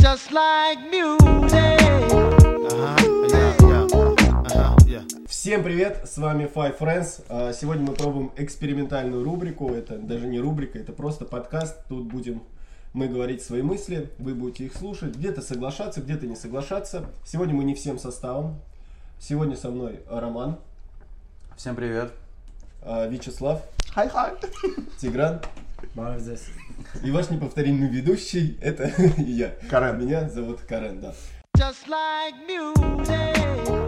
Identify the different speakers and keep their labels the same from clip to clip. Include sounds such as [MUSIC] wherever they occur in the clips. Speaker 1: just like music.
Speaker 2: Всем привет, с вами Five Friends. А, Сегодня мы пробуем экспериментальную рубрику. Это даже не рубрика, это просто подкаст. Тут будем мы говорить свои мысли, вы будете их слушать, где-то соглашаться, где-то не соглашаться. Сегодня мы не всем составом. Сегодня со мной Роман,
Speaker 3: Всем привет.
Speaker 2: а, Вячеслав,
Speaker 1: Хай-хай.
Speaker 2: Тигран
Speaker 4: Марк здесь.
Speaker 2: и ваш неповторимый ведущий, это [LAUGHS] я.
Speaker 3: Карен.
Speaker 2: Меня зовут Карен, да.
Speaker 1: Just like music.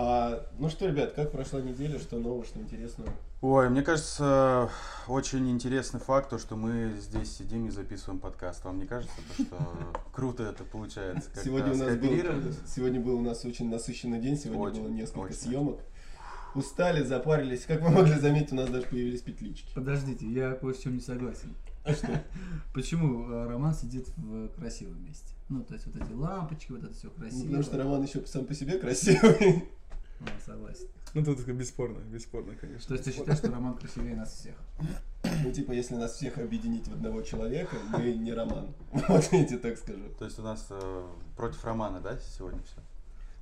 Speaker 2: А, ну что, ребят, как прошла неделя, что нового, что интересного?
Speaker 3: Ой, мне кажется, очень интересный факт, то, что мы здесь сидим и записываем подкаст. Вам не кажется, то, [LAUGHS] что круто это получается? как-то
Speaker 2: Сегодня у нас был,
Speaker 3: скооперировались?
Speaker 2: сегодня был у нас очень насыщенный день, сегодня
Speaker 3: Очень,
Speaker 2: было несколько
Speaker 3: очень.
Speaker 2: съемок. Устали, запарились. Как вы могли заметить, у нас даже появились петлички. Ну,
Speaker 4: Подождите, я кое с чем не согласен. [LAUGHS] Почему э, Роман сидит в э, красивом месте? Ну, то есть вот эти лампочки, вот это все
Speaker 2: Ну,
Speaker 4: красиво.
Speaker 2: потому что Роман еще сам по себе красивый. [LAUGHS]
Speaker 4: Ладно, согласен.
Speaker 5: Ну тут бесспорно, бесспорно, конечно.
Speaker 4: То есть ты считаешь, что Роман красивее нас всех?
Speaker 2: Ну, типа, если нас всех объединить в одного человека, мы не Роман. [LAUGHS] Вот я тебе так скажу.
Speaker 3: То есть у нас э, против Романа, да, сегодня все?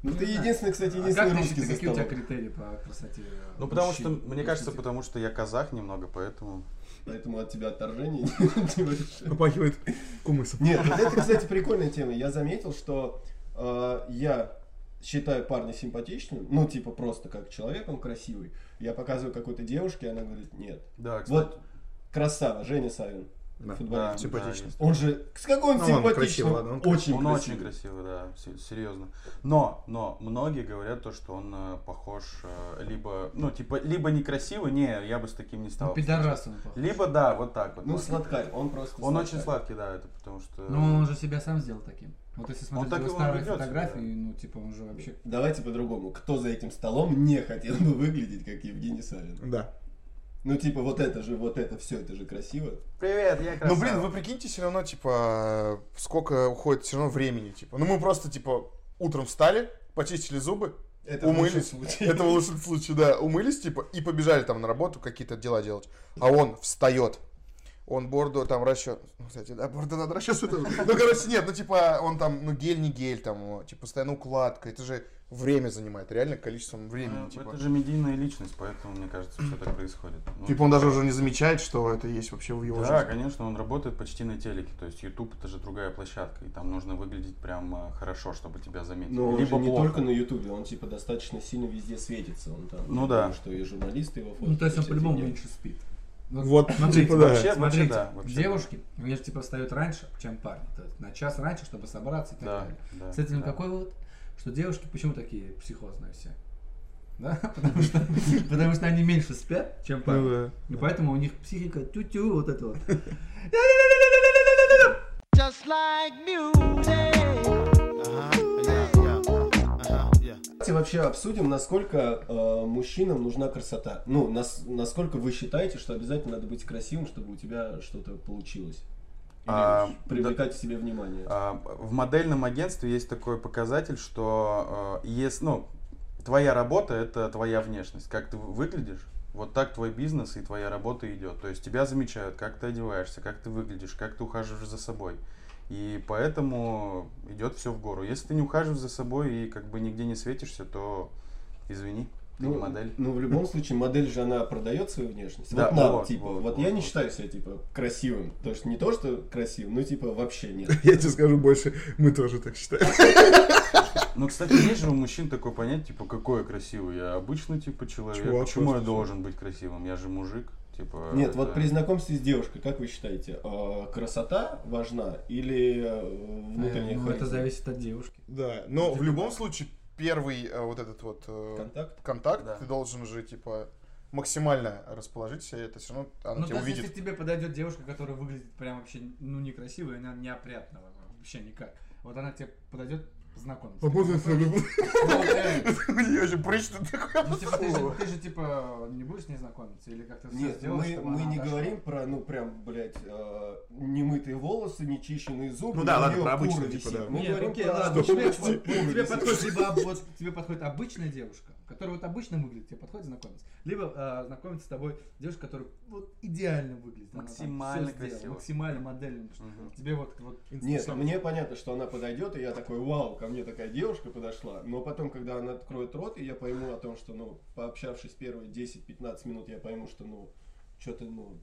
Speaker 2: Ну, ты
Speaker 4: Не знаю.
Speaker 2: единственный, кстати,
Speaker 4: А как
Speaker 2: единственный
Speaker 4: ты
Speaker 2: русский
Speaker 4: считаешь,
Speaker 2: за
Speaker 4: какие у тебя
Speaker 2: столом.
Speaker 4: критерии по красоте? э,
Speaker 3: Ну, потому что,
Speaker 4: мужчин?
Speaker 3: мне кажется,
Speaker 4: Мужчин?
Speaker 3: потому что я казах немного, поэтому...
Speaker 2: Поэтому от тебя отторжение [LAUGHS] не большое.
Speaker 5: Попахивает кумысом.
Speaker 2: Нет, вот это, кстати, прикольная тема. Я заметил, что э, я считаю парня симпатичным, ну, типа, просто как человек, он красивый. Я показываю какой-то девушке, и она говорит, нет.
Speaker 3: Да, кстати.
Speaker 2: Вот красава, Женя Савин,
Speaker 3: Да,
Speaker 2: футболист.
Speaker 5: Симпатично.
Speaker 3: да,
Speaker 2: Он же, с какой он
Speaker 5: Ну, он
Speaker 2: симпатичный,
Speaker 5: красивый, ладно, он
Speaker 2: очень
Speaker 3: Он
Speaker 2: красивый.
Speaker 3: очень красивый, да, се- серьезно. Но, но многие говорят то, что он э, похож э, либо, ну типа, либо некрасивый, не, я бы с таким не стал.
Speaker 4: Ну, пидорас он похож.
Speaker 3: Либо да, вот так вот.
Speaker 2: Ну,
Speaker 3: Вот.
Speaker 2: сладкарь, он просто
Speaker 3: Он
Speaker 2: сладкарь.
Speaker 3: очень сладкий, да, это потому что.
Speaker 4: Ну, он же себя сам сделал таким. Вот если смотреть
Speaker 3: так
Speaker 4: его
Speaker 3: и он
Speaker 4: старые
Speaker 3: ведёт себя,
Speaker 4: фотографии,
Speaker 3: да.
Speaker 4: ну, типа, он же вообще...
Speaker 2: Давайте по-другому. Кто за этим столом не хотел бы выглядеть, как Евгений Савин?
Speaker 5: Да.
Speaker 2: Ну, типа, вот это же, вот это, все это же красиво.
Speaker 3: Привет, я
Speaker 6: Ну,
Speaker 3: красава.
Speaker 6: блин, вы прикиньте все равно, типа, сколько уходит все равно времени, типа. Ну, мы просто, типа, утром встали, почистили зубы,
Speaker 2: Это
Speaker 6: Умылись.
Speaker 2: лучший случай.
Speaker 6: это в лучшем случае, да, умылись, типа, и побежали там на работу какие-то дела делать. А он встает. Он бордо там расчет... Ну, кстати, да, бордо надо расчесывать. Ну, короче, нет, ну, типа, он там, ну, гель не гель, там, типа, постоянно укладка. Это же время занимает, реально количеством времени,
Speaker 3: Ну,
Speaker 6: типа.
Speaker 3: Это же медийная личность, поэтому, мне кажется, все так происходит. Ну,
Speaker 6: Типа, он даже уже не замечает, что это есть вообще в его
Speaker 3: Да,
Speaker 6: жизни.
Speaker 3: конечно, он работает почти на телеке, то есть YouTube это же другая площадка, и там нужно выглядеть прям э, хорошо, чтобы тебя заметили.
Speaker 2: Но Ну, он же
Speaker 3: Либо
Speaker 2: не
Speaker 3: плохо.
Speaker 2: только на Ютубе, он типа достаточно сильно везде светится. Он там,
Speaker 3: Ну
Speaker 2: я
Speaker 3: да.
Speaker 2: думаю, что и журналисты его фотки.
Speaker 4: Ну, то есть он по-любому меньше спит.
Speaker 5: Вот, типа, да.
Speaker 3: Вообще, вообще,
Speaker 4: Смотрите,
Speaker 3: да. вообще, да.
Speaker 4: девушки, они же типа встают раньше, чем парни. То есть на час раньше, чтобы собраться и так
Speaker 3: Да,
Speaker 4: далее.
Speaker 3: да,
Speaker 4: С этим
Speaker 3: да.
Speaker 4: какой вывод? Что девушки почему такие психозные все?
Speaker 5: [LAUGHS]
Speaker 4: Да? Потому что, потому что они меньше спят, чем парни.
Speaker 5: Ну да.
Speaker 4: И поэтому у них психика тю-тю, вот это
Speaker 5: [LAUGHS]
Speaker 4: вот.
Speaker 1: Just like music.
Speaker 2: Давайте вообще обсудим, насколько э, мужчинам нужна красота. Ну, нас, насколько вы считаете, что обязательно надо быть красивым, чтобы у тебя что-то получилось. Или
Speaker 3: А,
Speaker 2: привлекать к себе внимание.
Speaker 3: А, В модельном агентстве есть такой показатель, что э, если, ну, твоя работа это твоя внешность, как ты выглядишь, вот так твой бизнес и твоя работа идет. То есть тебя замечают, как ты одеваешься, как ты выглядишь, как ты ухаживаешь за собой. И поэтому идет все в гору. Если ты не ухаживаешь за собой и как бы нигде не светишься, то извини, ты не модель.
Speaker 2: ну, в любом случае, модель же она продает свою внешность.
Speaker 3: Да,
Speaker 2: вот нам,
Speaker 3: вот,
Speaker 2: типа, вот,
Speaker 3: вот,
Speaker 2: я
Speaker 3: вот,
Speaker 2: не
Speaker 3: вот.
Speaker 2: считаю себя типа красивым. То есть не то, что красивым, ну типа вообще нет.
Speaker 5: Я тебе скажу больше, мы тоже так считаем.
Speaker 3: Ну, кстати, есть же у мужчин такое понятие, типа, какой я красивый. Я обычный, типа, человек.
Speaker 5: Чувак
Speaker 3: Почему я
Speaker 5: просто.
Speaker 3: должен быть красивым? Я же мужик. Типа,
Speaker 2: Нет,
Speaker 3: это-
Speaker 2: вот при знакомстве с девушкой, как вы считаете, э, красота важна или э, внутренняя
Speaker 4: Ну, это
Speaker 2: харизма?
Speaker 4: зависит от девушки.
Speaker 5: Да,
Speaker 6: Но в любом случае, первый э, вот этот вот... э,
Speaker 2: Контакт?
Speaker 6: контакт,
Speaker 3: Да.
Speaker 6: ты должен же, типа, максимально расположить себя, это все равно она
Speaker 4: Ну, то
Speaker 6: тебя
Speaker 4: есть, если
Speaker 6: увидит.
Speaker 4: к тебе подойдет девушка, которая выглядит прям вообще, ну, некрасиво, и она неопрятна вообще никак. Вот она к тебе подойдет, познакомиться.
Speaker 5: По-моему, это люб-
Speaker 6: Я очень прочно такое.
Speaker 4: Ну, типа, ты, же, ты же, типа, не будешь с ней знакомиться? Или как-то всё
Speaker 2: Нет,
Speaker 4: сделаешь,
Speaker 2: мы,
Speaker 4: чтобы
Speaker 2: мы
Speaker 4: она
Speaker 2: не
Speaker 4: отошла?
Speaker 2: говорим про, ну, прям, блядь, э, немытые волосы, нечищенные зубы.
Speaker 5: Ну да,
Speaker 2: у
Speaker 5: ладно,
Speaker 2: неё
Speaker 5: про
Speaker 2: кура
Speaker 5: обычные, типа,
Speaker 2: висит.
Speaker 5: да.
Speaker 2: Мы
Speaker 4: Нет,
Speaker 2: говорим
Speaker 4: окей,
Speaker 2: про
Speaker 4: ладно, тебе,
Speaker 2: обычные
Speaker 4: тебе
Speaker 2: куры
Speaker 4: подходит
Speaker 2: висит.
Speaker 4: либо об- вот тебе подходит обычная девушка, который вот обычно выглядит, тебе подходит знакомец. Либо а, знакомится с тобой девушка, которая вот идеально выглядит. она там всё
Speaker 3: Максимально
Speaker 4: сделала,
Speaker 3: красиво.
Speaker 4: Максимально модельно.
Speaker 3: Мгм.
Speaker 4: Тебе вот, вот
Speaker 2: Нет, мне понятно, что она подойдет, и я такой, вау, ко мне такая девушка подошла. Но потом, когда она откроет рот, и я пойму о том, что, ну, пообщавшись первые 10-15 минут, я пойму, что, ну, что-то, ну,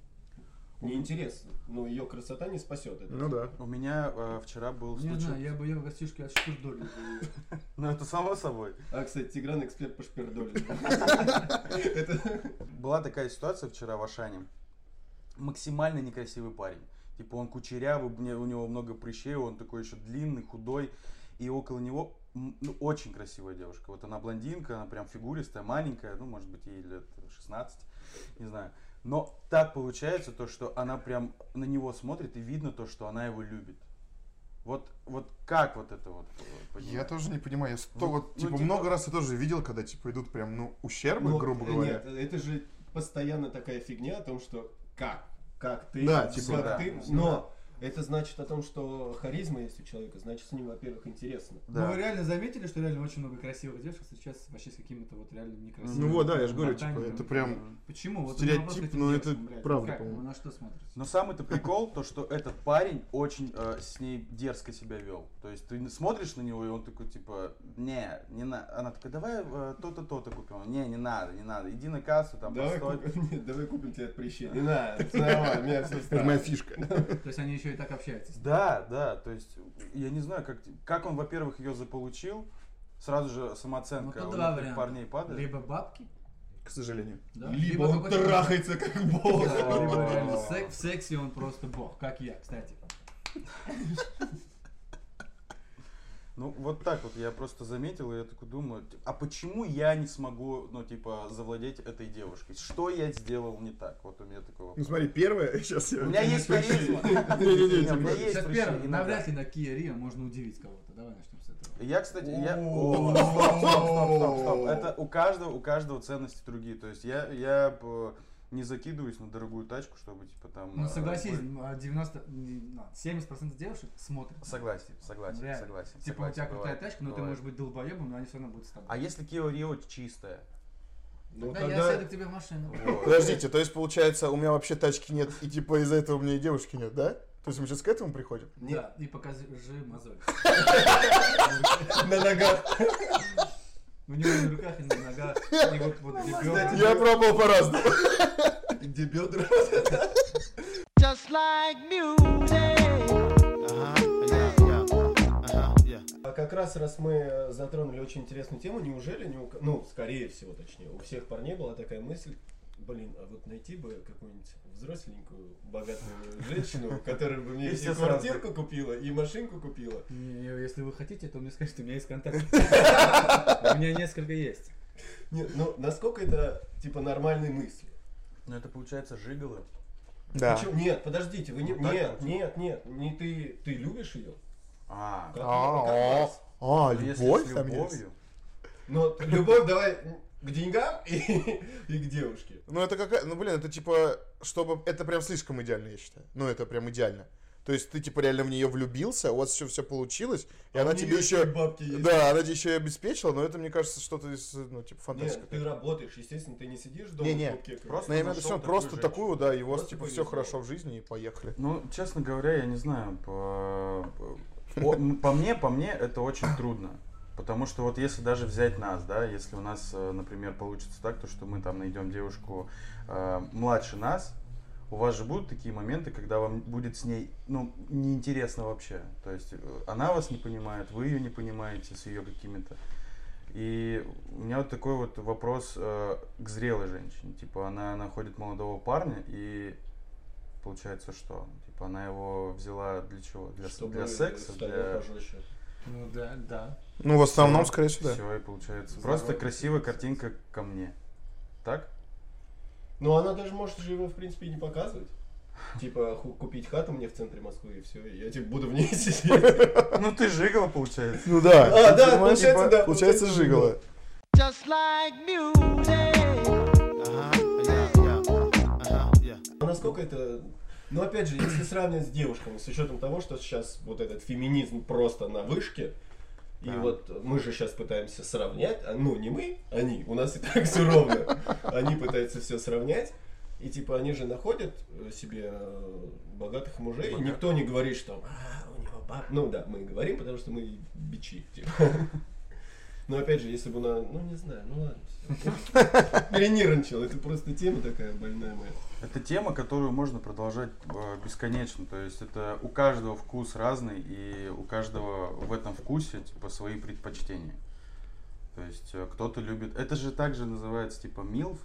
Speaker 2: неинтересно. Ну, ее красота не спасет это.
Speaker 5: Ну да.
Speaker 3: У меня э, вчера был
Speaker 4: Не знаю,
Speaker 3: случай.
Speaker 4: я бы ее в гостишке отшкурдолил.
Speaker 3: [LAUGHS] Ну, это само собой.
Speaker 2: А, кстати, Тигран эксперт по
Speaker 6: [LAUGHS]
Speaker 2: шпердолю. Это
Speaker 3: Была такая ситуация вчера в Ашане. Максимально некрасивый парень. Типа он кучерявый, мне- у него много прыщей, он такой еще длинный, худой. И около него м, ну, очень красивая девушка. Вот она блондинка, она прям фигуристая, маленькая, ну, может быть, ей лет 16, не знаю. Но так получается то, что она прям на него смотрит, и видно то, что она его любит. Вот, вот как вот это вот э,
Speaker 6: Я
Speaker 3: понимать?
Speaker 6: тоже не понимаю, я сто,
Speaker 3: Ну,
Speaker 6: вот,
Speaker 3: ну,
Speaker 6: типа,
Speaker 3: типа-
Speaker 6: много раз я тоже видел, когда, типа, идут прям, ну, ущербы,
Speaker 2: Ну,
Speaker 6: грубо говоря.
Speaker 2: Нет, это же постоянно такая фигня о том, что как, как ты,
Speaker 6: Да,
Speaker 2: как
Speaker 6: типа,
Speaker 3: да,
Speaker 2: ты,
Speaker 3: всегда.
Speaker 2: но это значит о том, что харизма есть у человека, значит с ним, во-первых, интересно.
Speaker 3: Да.
Speaker 4: Ну вы реально заметили, что реально очень много красивых девушек встречается вообще с какими-то вот реально некрасивыми.
Speaker 5: Ну вот, да, я же говорю, типа,
Speaker 4: ботаниками.
Speaker 5: это
Speaker 6: Прям,
Speaker 4: Почему? Вот
Speaker 5: стереотип,
Speaker 4: ну
Speaker 5: но это правда, по-моему.
Speaker 4: На что смотрите?
Speaker 3: Но самый-то прикол, то, что этот парень очень э, с ней дерзко себя вел. То есть ты смотришь на него, и он такой, типа, не, не надо. Она такая, давай э, то-то, то-то купим. Он, Не, не надо, не надо. Иди на кассу, там,
Speaker 2: давай,
Speaker 3: постой.
Speaker 2: купим, [LAUGHS] нет, давай купим тебе от прыщей. Не надо, давай, у меня все
Speaker 5: Это моя фишка. [LAUGHS]
Speaker 4: То есть они еще и так общаются.
Speaker 3: Да, да, то есть я не знаю, как, как он, во-первых, ее заполучил, сразу же
Speaker 4: Ну
Speaker 3: самооценка
Speaker 4: то
Speaker 3: у
Speaker 4: два
Speaker 3: некоторых
Speaker 4: варианта.
Speaker 3: парней падает.
Speaker 4: Либо бабки,
Speaker 5: К сожалению.
Speaker 4: да?
Speaker 2: Либо он
Speaker 4: какой-то-
Speaker 2: трахается как бог.
Speaker 4: Да, либо реально
Speaker 3: О.
Speaker 4: сек- в сексе он просто бог, как я, кстати.
Speaker 3: Ну, вот так вот я просто заметил, и я такой думаю, т- а почему я не смогу, ну, типа, завладеть этой девушкой? Что я сделал не так? Вот у меня такой вопрос.
Speaker 5: Ну смотри, первое, сейчас я...
Speaker 3: У меня есть харизма.
Speaker 5: Не-не-не,
Speaker 3: У меня
Speaker 5: типа-
Speaker 3: есть
Speaker 4: Сейчас
Speaker 3: прыщи,
Speaker 4: первый,
Speaker 3: иногда.
Speaker 4: навряд ли на Kia Rio можно удивить кого-то. Давай начнем с этого.
Speaker 3: Я, кстати, я...
Speaker 2: О.
Speaker 3: О, Стоп, стоп, стоп, стоп, стоп. Это у каждого, у каждого ценности другие. То есть я, я б, не закидываюсь на дорогую тачку, чтобы, типа, там...
Speaker 4: Ну
Speaker 3: э,
Speaker 4: согласись,
Speaker 3: быть.
Speaker 4: 90, не, на, 70% девушек смотрят.
Speaker 3: Согласен, согласен,
Speaker 4: Реально.
Speaker 3: согласен.
Speaker 4: Типа у
Speaker 3: согласен,
Speaker 4: тебя крутая
Speaker 3: бывает,
Speaker 4: тачка, но ты
Speaker 3: бывает.
Speaker 4: можешь быть долбоебом, но они все равно будут с тобой.
Speaker 3: А если Кио Рио чистая?
Speaker 2: Ну,
Speaker 4: Да,
Speaker 2: тогда-
Speaker 4: я сяду к тебе в машину.
Speaker 3: Вот.
Speaker 6: Подождите, то есть, получается, у меня вообще тачки нет, и, типа, из-за этого у меня и девушки нет, да? То есть, мы сейчас к этому приходим?
Speaker 4: Да, и покажи мозоль.
Speaker 2: на ногах.
Speaker 4: У него и на руках, и на ногах, и вот вот ребенок.
Speaker 6: Я пробовал по-разному.
Speaker 2: Где бедра?
Speaker 1: Just like music.
Speaker 2: А как раз раз мы э, затронули очень интересную тему, неужели не у ко- ну, скорее всего, точнее, у всех парней была такая мысль, блин, а вот найти бы какую-нибудь взросленькую, богатую женщину, которая бы мне
Speaker 3: И
Speaker 2: и
Speaker 3: все сразу.
Speaker 2: квартирку купила, и машинку купила.
Speaker 4: Не, я- Если вы хотите, то мне скажите, у меня есть контакт. У меня несколько есть.
Speaker 2: Нет, ну, насколько это, типа, нормальные мысли?
Speaker 3: Ну, это получается жигалы.
Speaker 6: Да.
Speaker 2: Почему? Нет, подождите, вы не...
Speaker 3: Ну, так
Speaker 2: Нет,
Speaker 3: получилось.
Speaker 2: нет, нет, не ты... Ты любишь ее?
Speaker 3: А,
Speaker 2: Как-
Speaker 6: А,
Speaker 2: как
Speaker 6: а,
Speaker 2: раз.
Speaker 6: А,
Speaker 3: ну, если
Speaker 6: любовь
Speaker 3: с
Speaker 6: там есть?
Speaker 3: любовью.
Speaker 2: Но любовь давай к деньгам [LAUGHS] и, и к девушке.
Speaker 6: Ну это какая, ну блин, это типа, чтобы, это прям слишком идеально, я считаю. Ну это прям идеально. То есть ты типа реально в нее влюбился, у вас еще все получилось, и она
Speaker 2: А У
Speaker 6: тебе
Speaker 2: неё и
Speaker 6: еще,
Speaker 2: бабки есть.
Speaker 6: да, она тебе еще и обеспечила, но это мне кажется что-то из, ну типа фантастика.
Speaker 2: Нет, ты работаешь, естественно, ты не сидишь дома
Speaker 6: Не-не,
Speaker 2: в клубке. как-
Speaker 3: просто
Speaker 6: Но я имею в виду,
Speaker 3: нашел
Speaker 6: что
Speaker 3: такую
Speaker 6: просто
Speaker 3: женщину.
Speaker 6: такую, да, и у вас
Speaker 2: Просто
Speaker 6: типа все
Speaker 2: повезло.
Speaker 6: хорошо в жизни и поехали.
Speaker 3: Ну, честно говоря, я не знаю. По, по- о- по мне, по мне, это очень трудно. Потому что вот если даже взять нас, да, если у нас, э, например, получится так, то что мы там найдем девушку э, младше нас, у вас же будут такие моменты, когда вам будет с ней, ну, неинтересно вообще. То есть э, она вас не понимает, вы ее не понимаете с ее какими-то. И у меня вот такой вот вопрос э, к зрелой женщине. Типа она находит молодого парня и получается что? Типа она его взяла для чего? Для, с-
Speaker 2: чтобы
Speaker 3: для секса?
Speaker 2: стало
Speaker 3: Для...
Speaker 2: пожестче.
Speaker 4: Ну да, да.
Speaker 6: Ну в основном, скорее всего, да.
Speaker 3: Все, и получается.
Speaker 4: Здорово.
Speaker 3: Просто красивая картинка ко мне. Так?
Speaker 2: Но она даже может же его, в принципе, и не показывать. Типа, ху- купить хату мне в центре Москвы, и все, я типа буду в ней [LAUGHS] сидеть.
Speaker 3: Ну ты жигала, получается.
Speaker 6: Ну да,
Speaker 2: А,
Speaker 6: ты
Speaker 2: да,
Speaker 6: понимаешь,
Speaker 2: получается,
Speaker 6: типа,
Speaker 2: да, получается,
Speaker 6: Получается жигало.
Speaker 1: Just like music.
Speaker 2: А насколько это... Ну, опять же, если сравнивать с девушками, с учетом того, что сейчас вот этот феминизм просто на вышке, И вот мы же сейчас пытаемся сравнять, а, ну не мы, они, у нас и так все ровно. Они пытаются все сравнять. И типа они же находят э, себе э, богатых мужей, и никто не говорит, что «А, у него баб. Ну да, мы и говорим, потому что мы бичи, типа. Но опять же, если бы на. Ну не знаю, ну ладно, [LAUGHS] все. Перенервничал. Это просто тема такая больная моя.
Speaker 3: Это тема, которую можно продолжать э, бесконечно. То есть это у каждого вкус разный, и у каждого в этом вкусе типа свои предпочтения. То есть э, кто-то любит. Это же также называется типа милф.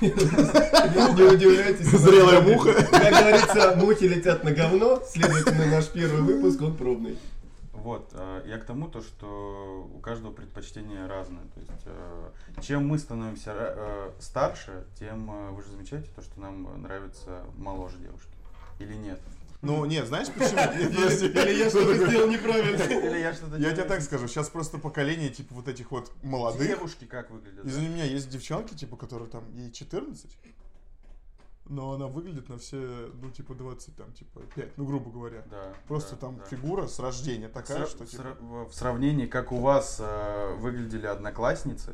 Speaker 2: Не удивляйтесь.
Speaker 6: Зрелая муха.
Speaker 2: Как говорится, мухи летят на говно. Следовательно, наш первый выпуск, он пробный.
Speaker 3: Вот. э, Я к тому то, что у каждого предпочтение разное. То есть э, чем мы становимся ра- э, старше, тем э, вы же замечаете то, что нам нравится моложе девушки. Или нет?
Speaker 6: Ну, нет, знаешь почему? Нет, подожди.
Speaker 2: Или я
Speaker 6: Что
Speaker 2: что-то
Speaker 6: такое?
Speaker 2: сделал неправильно.
Speaker 3: Или я что-то
Speaker 6: [LAUGHS] Я тебе так скажу, сейчас просто поколение, типа, вот этих вот молодых.
Speaker 3: Девушки как выглядят?
Speaker 6: Из-за меня есть девчонки, типа, которые там, ей 14, но она выглядит на все, ну, типа, 20, там, типа, 5, ну, грубо говоря.
Speaker 3: Да,
Speaker 6: Просто
Speaker 3: да,
Speaker 6: там
Speaker 3: да.
Speaker 6: фигура с рождения такая,
Speaker 3: Сра-
Speaker 6: что,
Speaker 3: в
Speaker 6: типа,
Speaker 3: сра- в в сравнении, как у вас э, выглядели одноклассницы,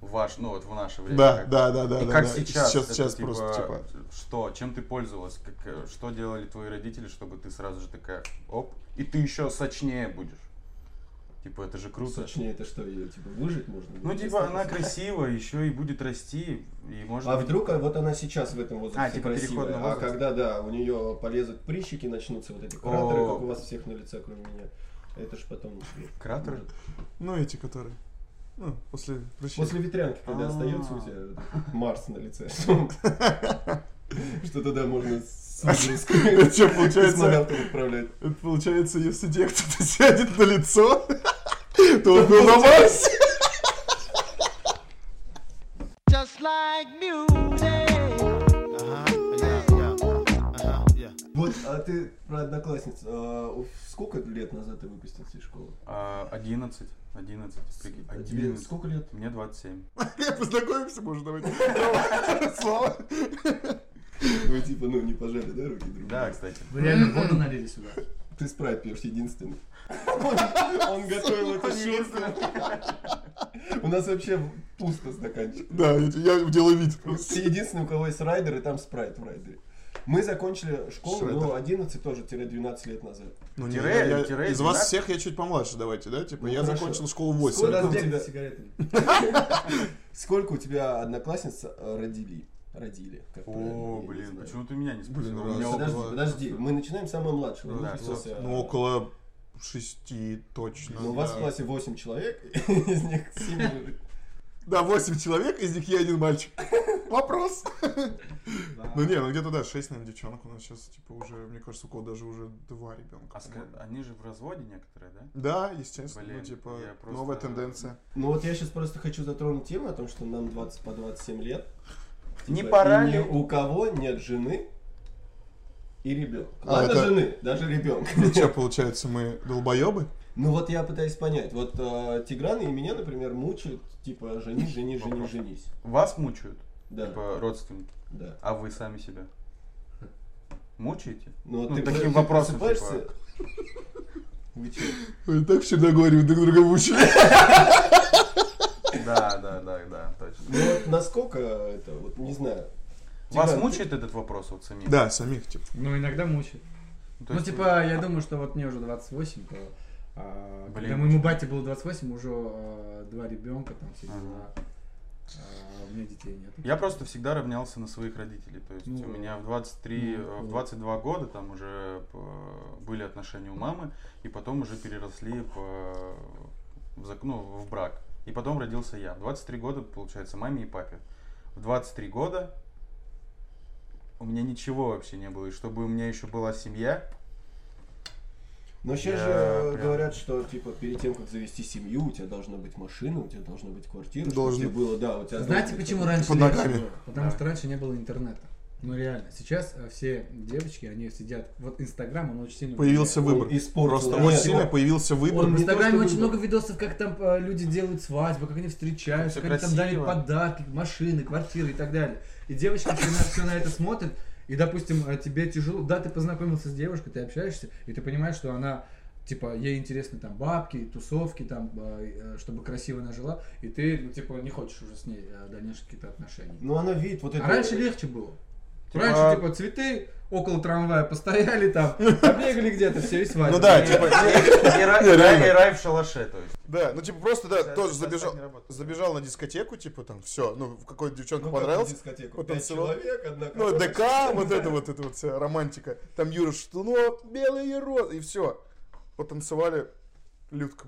Speaker 3: в ваш, ну вот в наше время.
Speaker 6: Да,
Speaker 3: как-
Speaker 6: да, да, да.
Speaker 3: И
Speaker 6: да,
Speaker 3: как
Speaker 6: да.
Speaker 3: сейчас?
Speaker 6: Сейчас,
Speaker 3: это
Speaker 6: сейчас
Speaker 3: типа,
Speaker 6: просто типа.
Speaker 3: Что? Чем ты пользовалась? Как, э, что делали твои родители, чтобы ты сразу же такая, оп, и ты еще сочнее будешь? Типа, это же круто.
Speaker 2: Сочнее, Ну, это что, ее типа выжить можно?
Speaker 3: Ну, типа, она красивая, еще и будет расти, и может
Speaker 2: А
Speaker 3: быть-
Speaker 2: вдруг а вот она сейчас в этом возрасте
Speaker 3: А, типа,
Speaker 2: красивая,
Speaker 3: переходный
Speaker 2: а
Speaker 3: возраст.
Speaker 2: когда, да, у нее полезут прыщики, начнутся вот эти кратеры,
Speaker 3: О.
Speaker 2: как у вас всех на лице, кроме меня. Это ж потом...
Speaker 3: Кратеры?
Speaker 6: Ну, эти, которые. Ну, после прыщей.
Speaker 2: После ветрянки, когда
Speaker 3: А.
Speaker 2: остается у тебя Марс на лице. [LAUGHS] Что тогда можно
Speaker 3: [LAUGHS]
Speaker 2: с
Speaker 6: [LAUGHS] Это что, получается,
Speaker 2: космонавтом отправлять.
Speaker 6: это получается, если дед кто-то [LAUGHS] сядет на лицо, [LAUGHS] то он был на Марсе.
Speaker 1: Just like music.
Speaker 2: Вот, а ты про одноклассниц. а, у- Сколько лет назад ты выпустился из школы?
Speaker 3: А, 11. 11. прикинь,
Speaker 2: А тебе
Speaker 3: 11.
Speaker 2: сколько лет?
Speaker 3: Мне 27.
Speaker 6: [LAUGHS] Я познакомимся, может, [LAUGHS] давайте. Слава.
Speaker 2: Вы типа, ну, не пожали, да, руки друг
Speaker 3: Да,
Speaker 2: другу?
Speaker 3: кстати.
Speaker 4: Вы реально воду налили сюда?
Speaker 2: Ты спрайт пьешь единственный. Он готовил это шутку. У нас вообще пусто стаканчик.
Speaker 6: Да, я делаю вид.
Speaker 2: Ты единственный, у кого есть райдер, и там спрайт в райдере. Мы закончили школу,
Speaker 6: Шредер.
Speaker 2: ну, 11 тоже, тире 12 лет назад.
Speaker 6: Ну, не,
Speaker 3: Тире,
Speaker 6: я- я-
Speaker 3: тире,
Speaker 6: Из вас
Speaker 3: да?
Speaker 6: всех я чуть помладше, давайте, да? Типа,
Speaker 2: Ну,
Speaker 6: я
Speaker 2: хорошо.
Speaker 6: закончил школу Ну, 8.
Speaker 2: Сколько у
Speaker 4: Разбег
Speaker 2: тебя-
Speaker 4: с сигаретами.
Speaker 2: Сколько у тебя одноклассниц э, родили? Родили. как правильно,
Speaker 3: О,
Speaker 2: я не
Speaker 3: блин,
Speaker 2: знаю.
Speaker 3: почему ты меня не спросил?
Speaker 6: Блин,
Speaker 3: У
Speaker 6: раз.
Speaker 3: меня
Speaker 2: Подожди,
Speaker 3: около-
Speaker 2: подожди, мы начинаем с самого младшего.
Speaker 3: Ну да,
Speaker 2: Выпустился,
Speaker 6: Ну, около шести точно.
Speaker 2: Ну, у вас
Speaker 6: да.
Speaker 2: в классе 8 человек, [LAUGHS] из них 7
Speaker 6: Да, 8 человек, из них я один [LAUGHS] мальчик. Вопрос. Ну не, ну где-то да, 6, наверное, девчонок у нас сейчас, типа, уже, мне кажется, у кого даже уже два ребенка.
Speaker 3: А ска- они же в разводе некоторые, да?
Speaker 6: Да, естественно,
Speaker 3: Блин,
Speaker 6: ну, типа,
Speaker 3: я просто-
Speaker 6: новая
Speaker 3: [LAUGHS]
Speaker 6: тенденция.
Speaker 2: Ну вот я сейчас просто хочу затронуть тему о том, что нам 20 по 27 лет.
Speaker 3: Не
Speaker 2: Типа,
Speaker 3: пора
Speaker 2: и ни
Speaker 3: ли-
Speaker 2: у кого нет жены и ребенка.
Speaker 6: А,
Speaker 2: Ладно,
Speaker 6: это-
Speaker 2: жены, даже ребенка.
Speaker 6: Ну что, получается, мы долбоебы?
Speaker 2: Ну вот я пытаюсь понять. Вот э, Тигран и меня, например, мучают, типа, женись, женись, женись,
Speaker 3: Вопрос.
Speaker 2: женись.
Speaker 3: Вас мучают,
Speaker 2: Да,
Speaker 3: типа родственники,
Speaker 2: да.
Speaker 3: а вы сами себя мучаете?
Speaker 2: Ну, вот
Speaker 3: Ну,
Speaker 2: ты
Speaker 3: таким
Speaker 2: про- ты
Speaker 3: вопросом, типа.
Speaker 2: просыпаешься- Вы чё?
Speaker 6: Мы так всегда говорим, друг друга мучили.
Speaker 3: Да, да, да, да, точно.
Speaker 2: Ну вот насколько это, вот не знаю.
Speaker 3: Вас
Speaker 2: Тигран,
Speaker 3: мучает этот вопрос вот самих?
Speaker 6: [LAUGHS] Да, самих, типа.
Speaker 4: Ну, иногда мучает.
Speaker 3: То
Speaker 4: Ну,
Speaker 3: есть
Speaker 4: типа, я думаю, что вот мне уже 28, то... а,
Speaker 3: Блин.
Speaker 4: Когда моему бате было 28, уже а, два ребенка, там все
Speaker 3: Ага.
Speaker 4: дела. А, У меня детей нет.
Speaker 3: Я просто всегда равнялся на своих родителей. То есть
Speaker 4: Ну,
Speaker 3: у меня в 23,
Speaker 4: ну,
Speaker 3: э, в
Speaker 4: ну.
Speaker 3: 22 года там уже э, были отношения у мамы, и потом уже переросли в, э, в, зак- ну, в брак. И потом родился я. В 23 года, получается, маме и папе. В 23 года у меня ничего вообще не было. И чтобы у меня еще была семья,
Speaker 2: Но сейчас
Speaker 3: Я
Speaker 2: же
Speaker 3: прям-
Speaker 2: говорят, что типа перед тем, как завести семью, у тебя должна быть машина, у тебя должна быть квартира,
Speaker 6: Должен.
Speaker 2: чтобы тебе было, да, у тебя
Speaker 4: Знаете,
Speaker 2: должен быть
Speaker 4: почему
Speaker 2: какой-то-
Speaker 4: раньше
Speaker 6: Под
Speaker 4: не
Speaker 6: ногами.
Speaker 4: было? Потому
Speaker 3: Да.
Speaker 4: что раньше не было интернета. Ну реально. Сейчас э, все девочки, они сидят. Вот Инстаграм, он очень сильно.
Speaker 6: Появился
Speaker 2: Он
Speaker 6: выбор.
Speaker 2: испортил
Speaker 6: Просто
Speaker 2: реально.
Speaker 6: очень сильно появился
Speaker 4: влияет.
Speaker 6: выбор.
Speaker 2: Он-
Speaker 4: В
Speaker 2: не то,
Speaker 4: Инстаграме
Speaker 2: что
Speaker 4: очень
Speaker 2: выбор.
Speaker 4: много видосов, как там э, люди делают свадьбы, как они
Speaker 3: Всё
Speaker 4: встречаются, как они там дали
Speaker 3: красиво.
Speaker 4: подарки, машины, квартиры и так далее. И девочки все на, всё на это смотрят. И, допустим, э, тебе тяжело. Да, ты познакомился с девушкой, ты общаешься, и ты понимаешь, что она Типа, ей интересны там бабки, тусовки, там, э, э, чтобы красиво она жила, и ты, ну, типа, не хочешь уже с ней э, дальнейших какие-то отношения.
Speaker 2: Ну, она видит вот это...
Speaker 4: А раньше легче было.
Speaker 3: Типа-
Speaker 4: Раньше, типа, цветы около трамвая постояли там, побегали где-то, все и свадьба.
Speaker 6: Ну да,
Speaker 3: И- [LAUGHS]
Speaker 6: типа,
Speaker 3: и-
Speaker 6: [LAUGHS]
Speaker 3: и рай- и
Speaker 6: реально.
Speaker 3: рай и рай в шалаше, то есть.
Speaker 6: Да, ну типа просто, да,
Speaker 3: Сейчас-
Speaker 6: тоже
Speaker 3: сейчас так
Speaker 6: забежал,
Speaker 3: не работает.
Speaker 6: забежал на дискотеку, типа там, все, ну, в какой
Speaker 2: Ну,
Speaker 6: девчонка
Speaker 2: как на
Speaker 6: понравилась.
Speaker 2: дискотеку. Пять
Speaker 6: потанцевал.
Speaker 2: человек, одна
Speaker 6: Ну,
Speaker 2: картошка.
Speaker 6: ДК, вот это вот, это вот вся романтика. Там Юра Штунов, белые розы, и все. Потанцевали, Людка,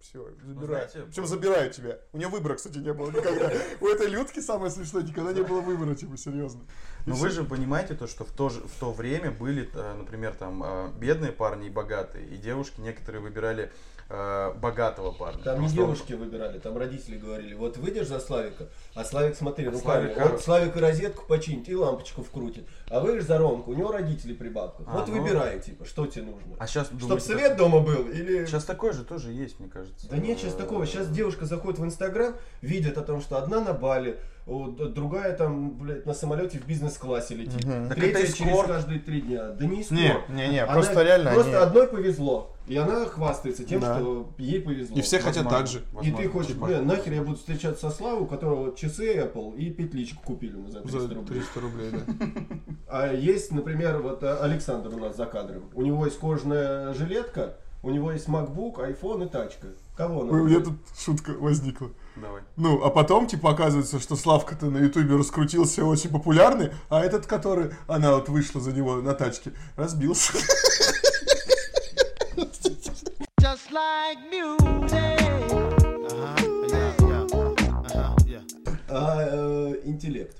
Speaker 6: все, забираю.
Speaker 3: знаете,
Speaker 6: Причем забираю тебя. У нее выбора, кстати, не было никогда. У этой Людки самое смешное, никогда не было выбора, типа, серьезно. И
Speaker 3: Но вы
Speaker 6: всё.
Speaker 3: же понимаете то, что в то, же, в то время были, э, например, там э, бедные парни и богатые, и девушки некоторые выбирали э, богатого парня.
Speaker 2: Там
Speaker 3: Потому
Speaker 2: не
Speaker 3: что
Speaker 2: девушки выбирали, там родители говорили, вот выйдешь за Славика, а Славик, смотри, руками,
Speaker 3: Славик
Speaker 2: вот
Speaker 3: хороший.
Speaker 2: Славик и розетку починит, и лампочку вкрутит, а выйдешь за Ромку, у него родители при бабках.
Speaker 3: А,
Speaker 2: вот
Speaker 3: ну.
Speaker 2: выбирай, типа, что тебе нужно.
Speaker 3: А сейчас
Speaker 2: Чтоб свет дома был или...
Speaker 3: Сейчас такое же тоже есть, мне кажется.
Speaker 2: Да нет, сейчас
Speaker 3: Э,
Speaker 2: такого. Сейчас девушка заходит в Инстаграм, видит о том, что одна на Бали, о, д- другая там, блядь, на самолете в бизнес-классе летит.
Speaker 6: Мгм.
Speaker 3: Так
Speaker 2: Третья
Speaker 3: это
Speaker 2: через
Speaker 3: эскорт.
Speaker 2: каждые три дня. Да не эскорт.
Speaker 6: Не, не, не,
Speaker 2: Она-
Speaker 6: просто реально
Speaker 2: Просто
Speaker 6: они-
Speaker 2: одной повезло. И она хвастается тем,
Speaker 6: Да.
Speaker 2: что ей повезло.
Speaker 5: И все хотят
Speaker 3: возможно,
Speaker 5: так же.
Speaker 2: И
Speaker 3: возможно.
Speaker 2: ты хочешь,
Speaker 3: Типа,
Speaker 2: блин, нахер я буду встречаться со Славой, у которого часы Apple и петличку купили мы за 300
Speaker 5: За
Speaker 2: рублей.
Speaker 5: 300 рублей,
Speaker 6: [LAUGHS]
Speaker 5: да.
Speaker 2: А есть, например, вот э, Александр у нас за кадром. У него есть кожаная жилетка, у него есть MacBook, iPhone и тачка. Кого он?
Speaker 5: Ой, у меня тут шутка возникла.
Speaker 3: Давай.
Speaker 5: Ну, а потом, типа, оказывается, что Славка-то на Ютубе раскрутился очень популярный, а этот, который, она вот вышла за него на тачке, разбился.
Speaker 1: Just like music.
Speaker 2: А, э, интеллект.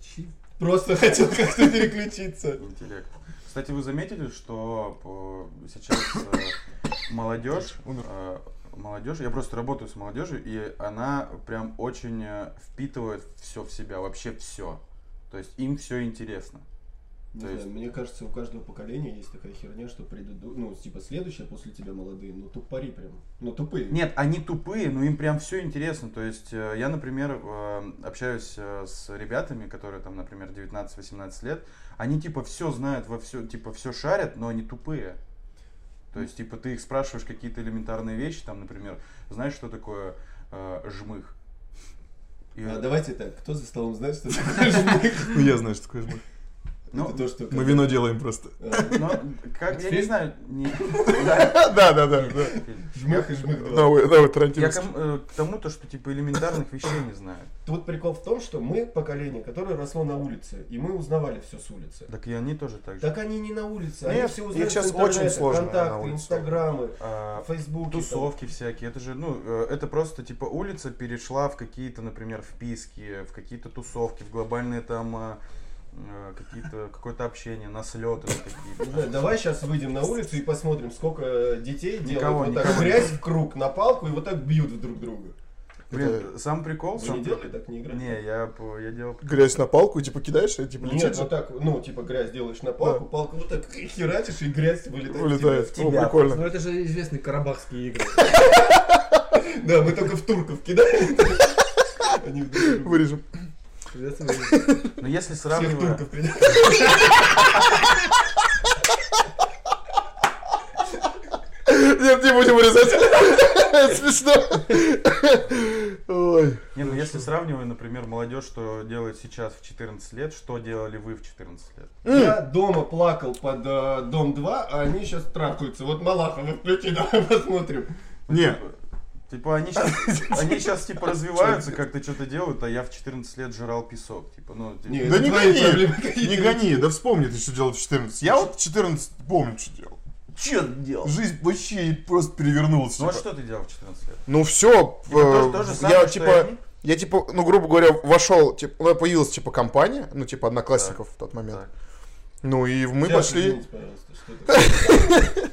Speaker 4: Чи-
Speaker 2: Просто [LAUGHS] хотел как-то переключиться.
Speaker 3: Интеллект. Кстати, вы заметили, что э, сейчас э, молодежь, э, молодежь, я просто работаю с молодежью, и она прям очень э, впитывает все в себя, вообще все. То есть им все интересно.
Speaker 2: Не
Speaker 3: То
Speaker 2: знаю,
Speaker 3: есть-
Speaker 2: мне кажется, у каждого поколения есть такая херня, что придут, ну, типа, следующее после тебя молодые, ну, тупари прям, ну, тупые.
Speaker 3: Нет, они тупые, но им прям все интересно. То есть э, я, например, э, общаюсь э, с ребятами, которые там, например, 19-18 лет, они типа все знают во все, типа все шарят, но они тупые. То есть, типа, ты их спрашиваешь какие-то элементарные вещи, там, например, знаешь, что такое э, жмых? И-
Speaker 2: А, давайте так, кто за столом знает, что такое
Speaker 6: [LAUGHS]
Speaker 2: жмых?
Speaker 5: Ну, я знаю, что такое жмых.
Speaker 3: ну,
Speaker 2: Это то, что...
Speaker 5: Мы вино делаем просто.
Speaker 2: А,
Speaker 3: но как, я не
Speaker 4: Фильм?
Speaker 3: знаю, не- да,
Speaker 6: Да, да, да. да.
Speaker 3: фильм.
Speaker 2: Жмых и жмых два.
Speaker 6: Новый, новый
Speaker 3: Я
Speaker 6: Тарантиновский.
Speaker 3: к э, к тому, то, что, типа, элементарных вещей не знаю.
Speaker 2: Тут прикол в том, что мы поколение, которое росло на улице, и мы узнавали все с улицы.
Speaker 3: Так и они тоже так же.
Speaker 2: Так они не на улице,
Speaker 6: Нет,
Speaker 2: они все
Speaker 6: Ну, их
Speaker 2: узнают
Speaker 6: щас
Speaker 2: в интернете,
Speaker 6: очень сложно на
Speaker 2: контакты,
Speaker 6: улицу.
Speaker 2: инстаграмы,
Speaker 3: А,
Speaker 2: фейсбуки. там.
Speaker 3: Тусовки всякие, это же, ну, э, это просто, типа, улица перешла в какие-то, например, вписки, в какие-то тусовки, в глобальные там э, э, какие-то, какое-то общение, на слеты
Speaker 2: Не знаю,
Speaker 3: какие-то.
Speaker 2: давай сейчас выйдем на улицу и посмотрим, сколько детей
Speaker 3: Никого,
Speaker 2: делают вот так
Speaker 3: никого.
Speaker 2: грязь в круг на палку и вот так бьют в друг друга.
Speaker 3: Блин, сам прикол,
Speaker 2: Вы
Speaker 3: сам...
Speaker 2: не делали так, не играли?
Speaker 3: Не, я, по- я делал...
Speaker 6: Грязь на палку, и типа кидаешь, и типа
Speaker 2: Нет,
Speaker 6: летит.
Speaker 2: ну так, ну, типа грязь делаешь на палку, палку вот так херачишь, и грязь вылетает.
Speaker 6: Улетает.
Speaker 2: тебе
Speaker 6: О,
Speaker 3: тебя.
Speaker 4: Ну
Speaker 6: прикольно.
Speaker 4: это же известные карабахские игры.
Speaker 2: в тебя. Да, мы только в турков кидаем. Они в друг друга.
Speaker 6: Вырежем. [LAUGHS]
Speaker 4: Придётся вырезать.
Speaker 3: Но если
Speaker 2: Всех
Speaker 3: сравнивать...
Speaker 2: турков придем.
Speaker 6: Нет, не будем вырезать. [LAUGHS] Смешно. Ой.
Speaker 3: Не, ну если сравнивая, например, молодежь, что делает сейчас в 14 лет, что делали вы в 14 лет?
Speaker 2: Я дома плакал под э, дом 2, а они сейчас трахаются. Вот Малахова включи, давай посмотрим.
Speaker 5: Не,
Speaker 3: Типа
Speaker 2: [LAUGHS]
Speaker 3: они сейчас, они сейчас типа развиваются, как-то что-то делают, а я в 14 лет жрал песок, типа, ну, типа,
Speaker 2: Не,
Speaker 5: Да
Speaker 2: это
Speaker 5: не
Speaker 2: твои
Speaker 5: гони,
Speaker 2: проблемы.
Speaker 5: не гони, да вспомни ты, что делал в 14. Я вот в 14 помню, что делал.
Speaker 3: чё ты делал?
Speaker 5: Жизнь вообще просто перевернулась.
Speaker 3: Ну а
Speaker 5: типа.
Speaker 3: что ты делал в 14 лет?
Speaker 6: Ну все,
Speaker 3: Типа, то- то же самое,
Speaker 6: я
Speaker 3: что и
Speaker 6: типа,
Speaker 3: они?
Speaker 6: я типа, ну грубо говоря, вошел, типа, ну, появилась типа компания, ну типа одноклассников в тот момент.
Speaker 3: Так.
Speaker 6: Ну и мы
Speaker 2: Сейчас,
Speaker 6: пошли,
Speaker 2: извините, пожалуйста, что такое?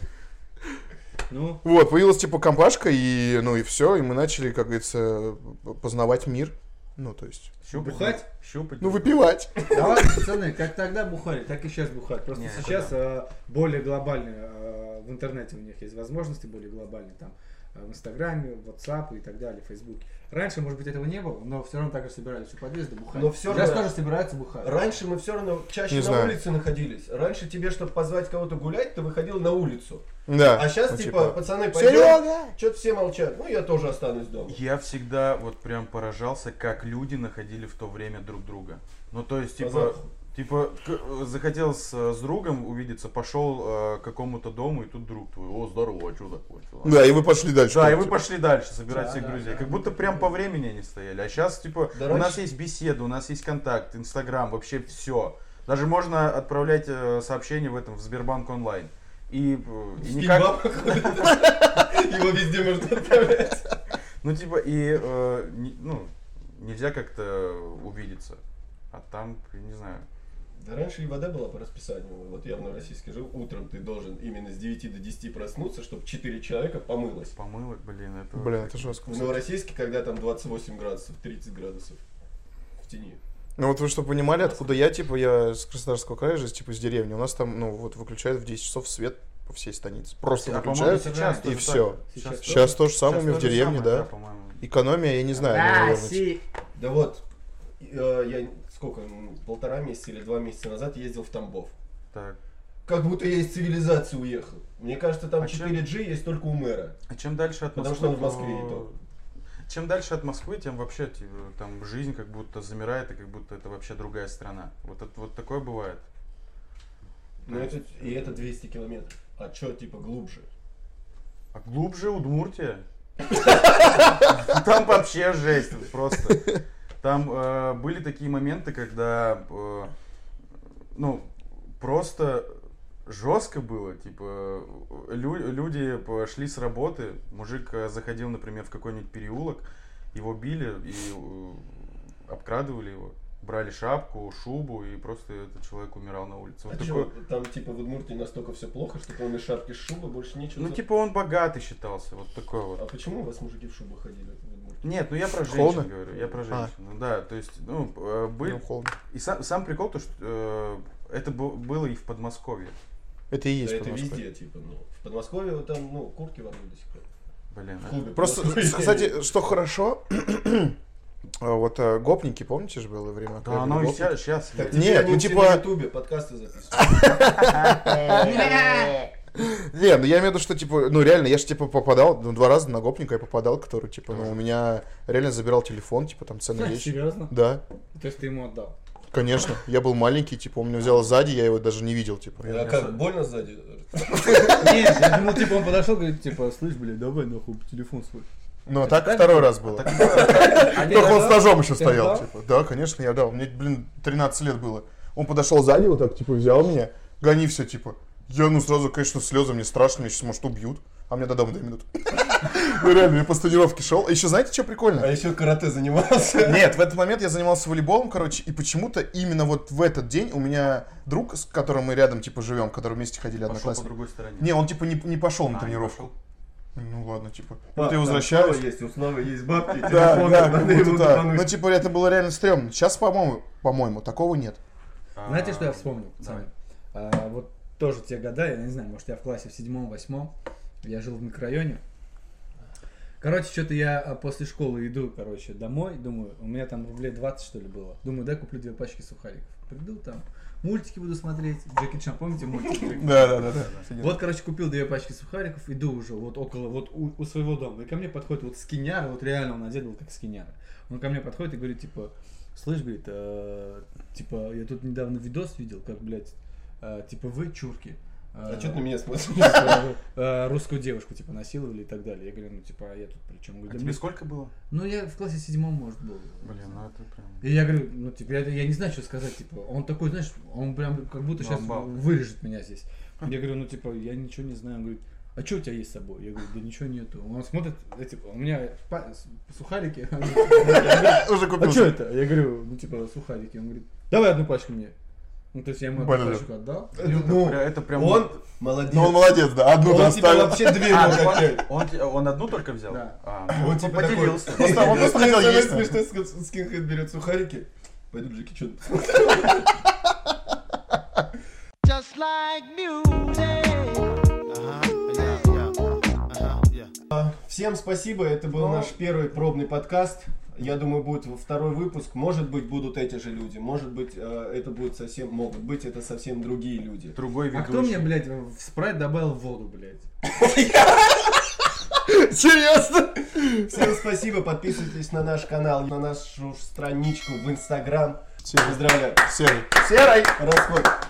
Speaker 4: Ну,
Speaker 6: вот появилась типа компашка и ну и все, и мы начали, как говорится, познавать мир. Ну то есть,
Speaker 3: Щупать?
Speaker 4: Бухать?
Speaker 3: Щупать.
Speaker 6: ну выпивать.
Speaker 4: давай, пацаны, как тогда бухали, так и сейчас бухают. Просто
Speaker 3: Не, это
Speaker 4: сейчас а, более глобальные а, в интернете у них есть возможности более глобальные там
Speaker 7: э, в Инстаграме, в WhatsApp и так далее, в Фейсбуке. Раньше, может быть, этого не было, но все равно также собирались у подъезда бухать.
Speaker 2: Но всё
Speaker 7: Сейчас
Speaker 2: равно-
Speaker 7: тоже собираются бухать.
Speaker 2: Раньше мы все равно чаще
Speaker 6: Не
Speaker 2: на
Speaker 6: знаю.
Speaker 2: улице находились. Раньше тебе, чтобы позвать кого-то гулять, ты выходил на улицу.
Speaker 6: Да.
Speaker 2: А сейчас,
Speaker 6: Ну,
Speaker 2: типа, пацаны, пойдем.
Speaker 6: Серега!
Speaker 2: Что-то все молчат. Ну, я тоже останусь дома.
Speaker 3: Я всегда вот прям поражался, как люди находили в то время друг друга. Ну, то есть,
Speaker 2: По
Speaker 3: типа,
Speaker 2: запаху.
Speaker 3: типа к- э, захотел с, э, с другом увидеться, пошел э, к какому-то дому, и тут друг твой, о, здорово, а что такое? чё?»
Speaker 6: Да, и вы пошли дальше.
Speaker 3: Да, и вы пошли дальше собирать
Speaker 2: Да,
Speaker 3: всех
Speaker 2: да,
Speaker 3: друзей.
Speaker 2: да.
Speaker 3: Как будто прям по времени они стояли. А сейчас, типа,
Speaker 2: Да
Speaker 3: у
Speaker 2: раньше-
Speaker 3: нас есть беседа, у нас есть контакт, Инстаграм, вообще все. Даже можно отправлять э, сообщения в этом, в Сбербанк онлайн. И, э, и никак...
Speaker 2: Бабка ходит. [LAUGHS] Его везде можно отправлять.
Speaker 3: Ну, типа, и, э, не- ну, нельзя как-то увидеться. А там, не знаю.
Speaker 2: Да раньше и вода была по расписанию. Вот я в Новороссийске жил. Утром ты должен именно с 9 до 10 проснуться, чтобы 4 человека помылось.
Speaker 3: Помылок, блин, это...
Speaker 6: Блин, это
Speaker 3: Ну,
Speaker 6: жестко.
Speaker 2: В Новороссийске, когда там 28 градусов, 30 градусов в тени.
Speaker 6: Ну вот вы что понимали, откуда я, типа, я с Краснодарского края же, типа, из деревни. У нас там, ну, вот выключают в 10 часов свет по всей станице. Просто
Speaker 3: А, по-моему,
Speaker 6: выключают,
Speaker 3: сейчас
Speaker 6: и
Speaker 3: тоже
Speaker 6: все.
Speaker 3: так.
Speaker 7: Сейчас тоже.
Speaker 6: Сейчас то же самое,
Speaker 3: сейчас
Speaker 6: мы в
Speaker 3: то же
Speaker 6: деревне,
Speaker 3: самое,
Speaker 6: да.
Speaker 3: по-моему.
Speaker 6: Экономия, я не знаю, наверное, типа.
Speaker 2: Да вот, э, я сколько, м, полтора месяца или два месяца назад ездил в Тамбов.
Speaker 3: Так.
Speaker 2: Как будто я из цивилизации уехал. Мне кажется, там
Speaker 3: А чем-
Speaker 2: 4G есть только у мэра.
Speaker 3: А чем дальше от
Speaker 2: Потому
Speaker 3: Москвы...
Speaker 2: что он в Москве
Speaker 3: то-
Speaker 2: и то.
Speaker 3: Чем дальше от Москвы, тем вообще типа, там жизнь как будто замирает, и как будто это вообще другая страна. Вот, это, вот такое бывает.
Speaker 2: Но это, и это 200 километров. А чё, типа, глубже?
Speaker 3: А глубже Удмуртия. Там вообще жесть просто. Там э, были такие моменты, когда, э, ну, просто жестко было, типа, лю- люди пошли с работы, мужик э, заходил, например, в какой-нибудь переулок, его били и э, обкрадывали его, брали шапку, шубу, и просто этот человек умирал на улице. Вот
Speaker 2: А
Speaker 3: такое-
Speaker 2: чё, там, типа, в Удмуртии настолько все плохо, что кроме шапки с шубы больше нечего.
Speaker 3: Ну,
Speaker 2: за-
Speaker 3: типа, он богатый считался, вот такой вот.
Speaker 2: А почему у вас мужики в шубах ходили в Удмуртии?
Speaker 3: Нет, ну я про женщин
Speaker 6: Холодно?
Speaker 3: говорю, я про женщин. Ну Да, то есть, ну, э,
Speaker 6: Ну,
Speaker 3: был...
Speaker 6: холодно.
Speaker 3: И сам, сам прикол, то, что э, это бу- было и в Подмосковье.
Speaker 6: Это и
Speaker 2: Да
Speaker 6: есть
Speaker 2: это
Speaker 6: Подмосковье.
Speaker 2: везде, типа, ну. В Подмосковье вот там, ну, куртки ворвали до сих пор.
Speaker 3: Блин,
Speaker 2: В
Speaker 3: а-
Speaker 2: клубе [LAUGHS]
Speaker 6: Просто,
Speaker 2: Подмосковья.
Speaker 6: кстати, что хорошо, [CLEARS THROAT] а вот э, гопники, помните же, было время?
Speaker 3: Да
Speaker 6: когда
Speaker 3: оно
Speaker 6: были
Speaker 3: и
Speaker 6: гопники?
Speaker 3: сейчас, сейчас.
Speaker 2: Так,
Speaker 6: Нет,
Speaker 2: теперь они
Speaker 6: ну,
Speaker 2: все
Speaker 6: типа-
Speaker 2: на Ютубе подкасты записывают.
Speaker 6: Не, ну я имею в виду, что, типа, ну реально, я же, типа, попадал, ну, два раза на гопника я попадал, который, типа, ну, у меня реально забирал телефон, типа, там, ценные вещи.
Speaker 7: Серьезно?
Speaker 6: Да,
Speaker 7: То есть ты ему отдал?
Speaker 6: конечно. Я был маленький, типа, он меня взял сзади, я его даже не видел, типа.
Speaker 2: А как, больно сзади?
Speaker 7: Нет, я думал, типа он подошел, говорит, типа, слышь, блядь, давай нахуй телефон свой.
Speaker 6: Ну, а так второй раз было.
Speaker 7: А
Speaker 6: Только он с ножом еще
Speaker 7: Ты
Speaker 6: стоял,
Speaker 7: отдал?
Speaker 6: типа. Да, конечно, я дал. Мне, блин, 13 лет было. Он подошел сзади, вот так, типа, взял меня, гони все, типа. Я, ну, сразу, конечно, слезы, мне страшно, меня сейчас, может, убьют. А мне до дома две минуты. [LAUGHS] Ну, реально, я по тренировке шел. А еще знаете, что прикольно?
Speaker 2: А еще карате занимался.
Speaker 6: Нет, в этот момент я занимался волейболом, короче, и почему-то именно вот в этот день у меня друг, с которым мы рядом, типа, живем, который вместе ходили
Speaker 3: Пошел по
Speaker 6: одноклассники.
Speaker 3: другой стороне.
Speaker 6: Не, он, типа, не, не пошел на
Speaker 3: А,
Speaker 6: тренировку.
Speaker 3: пошел.
Speaker 6: Ну, ладно, типа.
Speaker 2: Пап,
Speaker 6: Вот я
Speaker 2: там
Speaker 6: возвращаюсь.
Speaker 2: Слава есть, у Славы есть бабки,
Speaker 6: Да,
Speaker 2: телефон,
Speaker 6: да,
Speaker 2: надо
Speaker 6: как будто
Speaker 2: его
Speaker 6: так.
Speaker 2: ебануть.
Speaker 6: Ну, типа, это было реально стрёмно. Сейчас, по-моему, по-моему, такого нет.
Speaker 3: А,
Speaker 4: Знаете, что я вспомнил, пацаны? А, вот тоже те года, я не знаю, может, я в классе в седьмом, восьмом, я жил в микрорайоне. Короче, что-то я а, после школы иду, короче, домой, думаю, у меня там рублей 20, что ли, было. Думаю, да, куплю две пачки сухариков. Приду там, мультики буду смотреть. Джеки Чан, помните мультики?
Speaker 6: Да, да, да.
Speaker 4: Вот, короче, купил две пачки сухариков, иду уже вот около, вот у, у своего дома. И ко мне подходит вот скиняр, вот реально он одет был как скиняр. Он ко мне подходит и говорит, типа, слышь, говорит, «э, типа, я тут недавно видос видел, как, блядь, э, типа, вы, чурки, э,
Speaker 2: А что ты на
Speaker 4: [LAUGHS]
Speaker 2: меня смотришь?
Speaker 4: э, русскую девушку, типа, насиловали и так далее. Я говорю, ну, типа, а я тут при чем?
Speaker 3: А тебе сколько было?
Speaker 4: Ну, я в классе седьмом, может, был.
Speaker 3: Блин, ну это прям...
Speaker 4: И я говорю, ну, типа, я, я не знаю, что сказать, типа, он такой, знаешь, он прям как будто сейчас
Speaker 3: Бомбал.
Speaker 4: вырежет меня здесь. Я говорю, ну, типа, я ничего не знаю. Он говорит, а что у тебя есть с собой? Я говорю, да ничего нету. Он смотрит, я, типа, у меня па- с- сухарики. Он говорит,
Speaker 6: [LAUGHS] Уже
Speaker 4: А что
Speaker 6: купил.
Speaker 4: это? Я говорю, ну, типа, сухарики. Он говорит, давай одну пачку мне. Ну, то есть я ему одну
Speaker 6: Блин.
Speaker 4: пачку отдал.
Speaker 2: Ну,
Speaker 3: Пря- Это прям...
Speaker 2: он молодец.
Speaker 6: Ну, он молодец, да, одну
Speaker 2: Он тебя
Speaker 6: доставил.
Speaker 2: вообще две [LAUGHS]
Speaker 3: А,
Speaker 2: мог
Speaker 3: он-
Speaker 2: отнять.
Speaker 3: он, те- он одну только взял?
Speaker 4: Да.
Speaker 3: А,
Speaker 2: Он
Speaker 3: он
Speaker 2: типа
Speaker 3: поделился.
Speaker 6: Просто он просто хотел
Speaker 2: Самое
Speaker 6: есть.
Speaker 2: смешное, ски- скинхед берет сухарики. Пойду Джеки Чан.
Speaker 1: Just like music.
Speaker 2: А, Всем спасибо, это был
Speaker 3: Ну.
Speaker 2: наш первый пробный подкаст. Я думаю, будет второй выпуск. Может быть, будут эти же люди. Может быть, э, это будет совсем, могут быть, это совсем другие люди.
Speaker 3: Другой
Speaker 4: А
Speaker 3: ведущий.
Speaker 4: кто мне, блядь, в спрайт добавил воду, блядь?
Speaker 6: Серьезно?
Speaker 2: Всем спасибо, подписывайтесь на наш канал, на нашу страничку в Инстаграм.
Speaker 5: Серый.
Speaker 2: Поздравляю.
Speaker 5: Серый.
Speaker 2: Серый! Расход.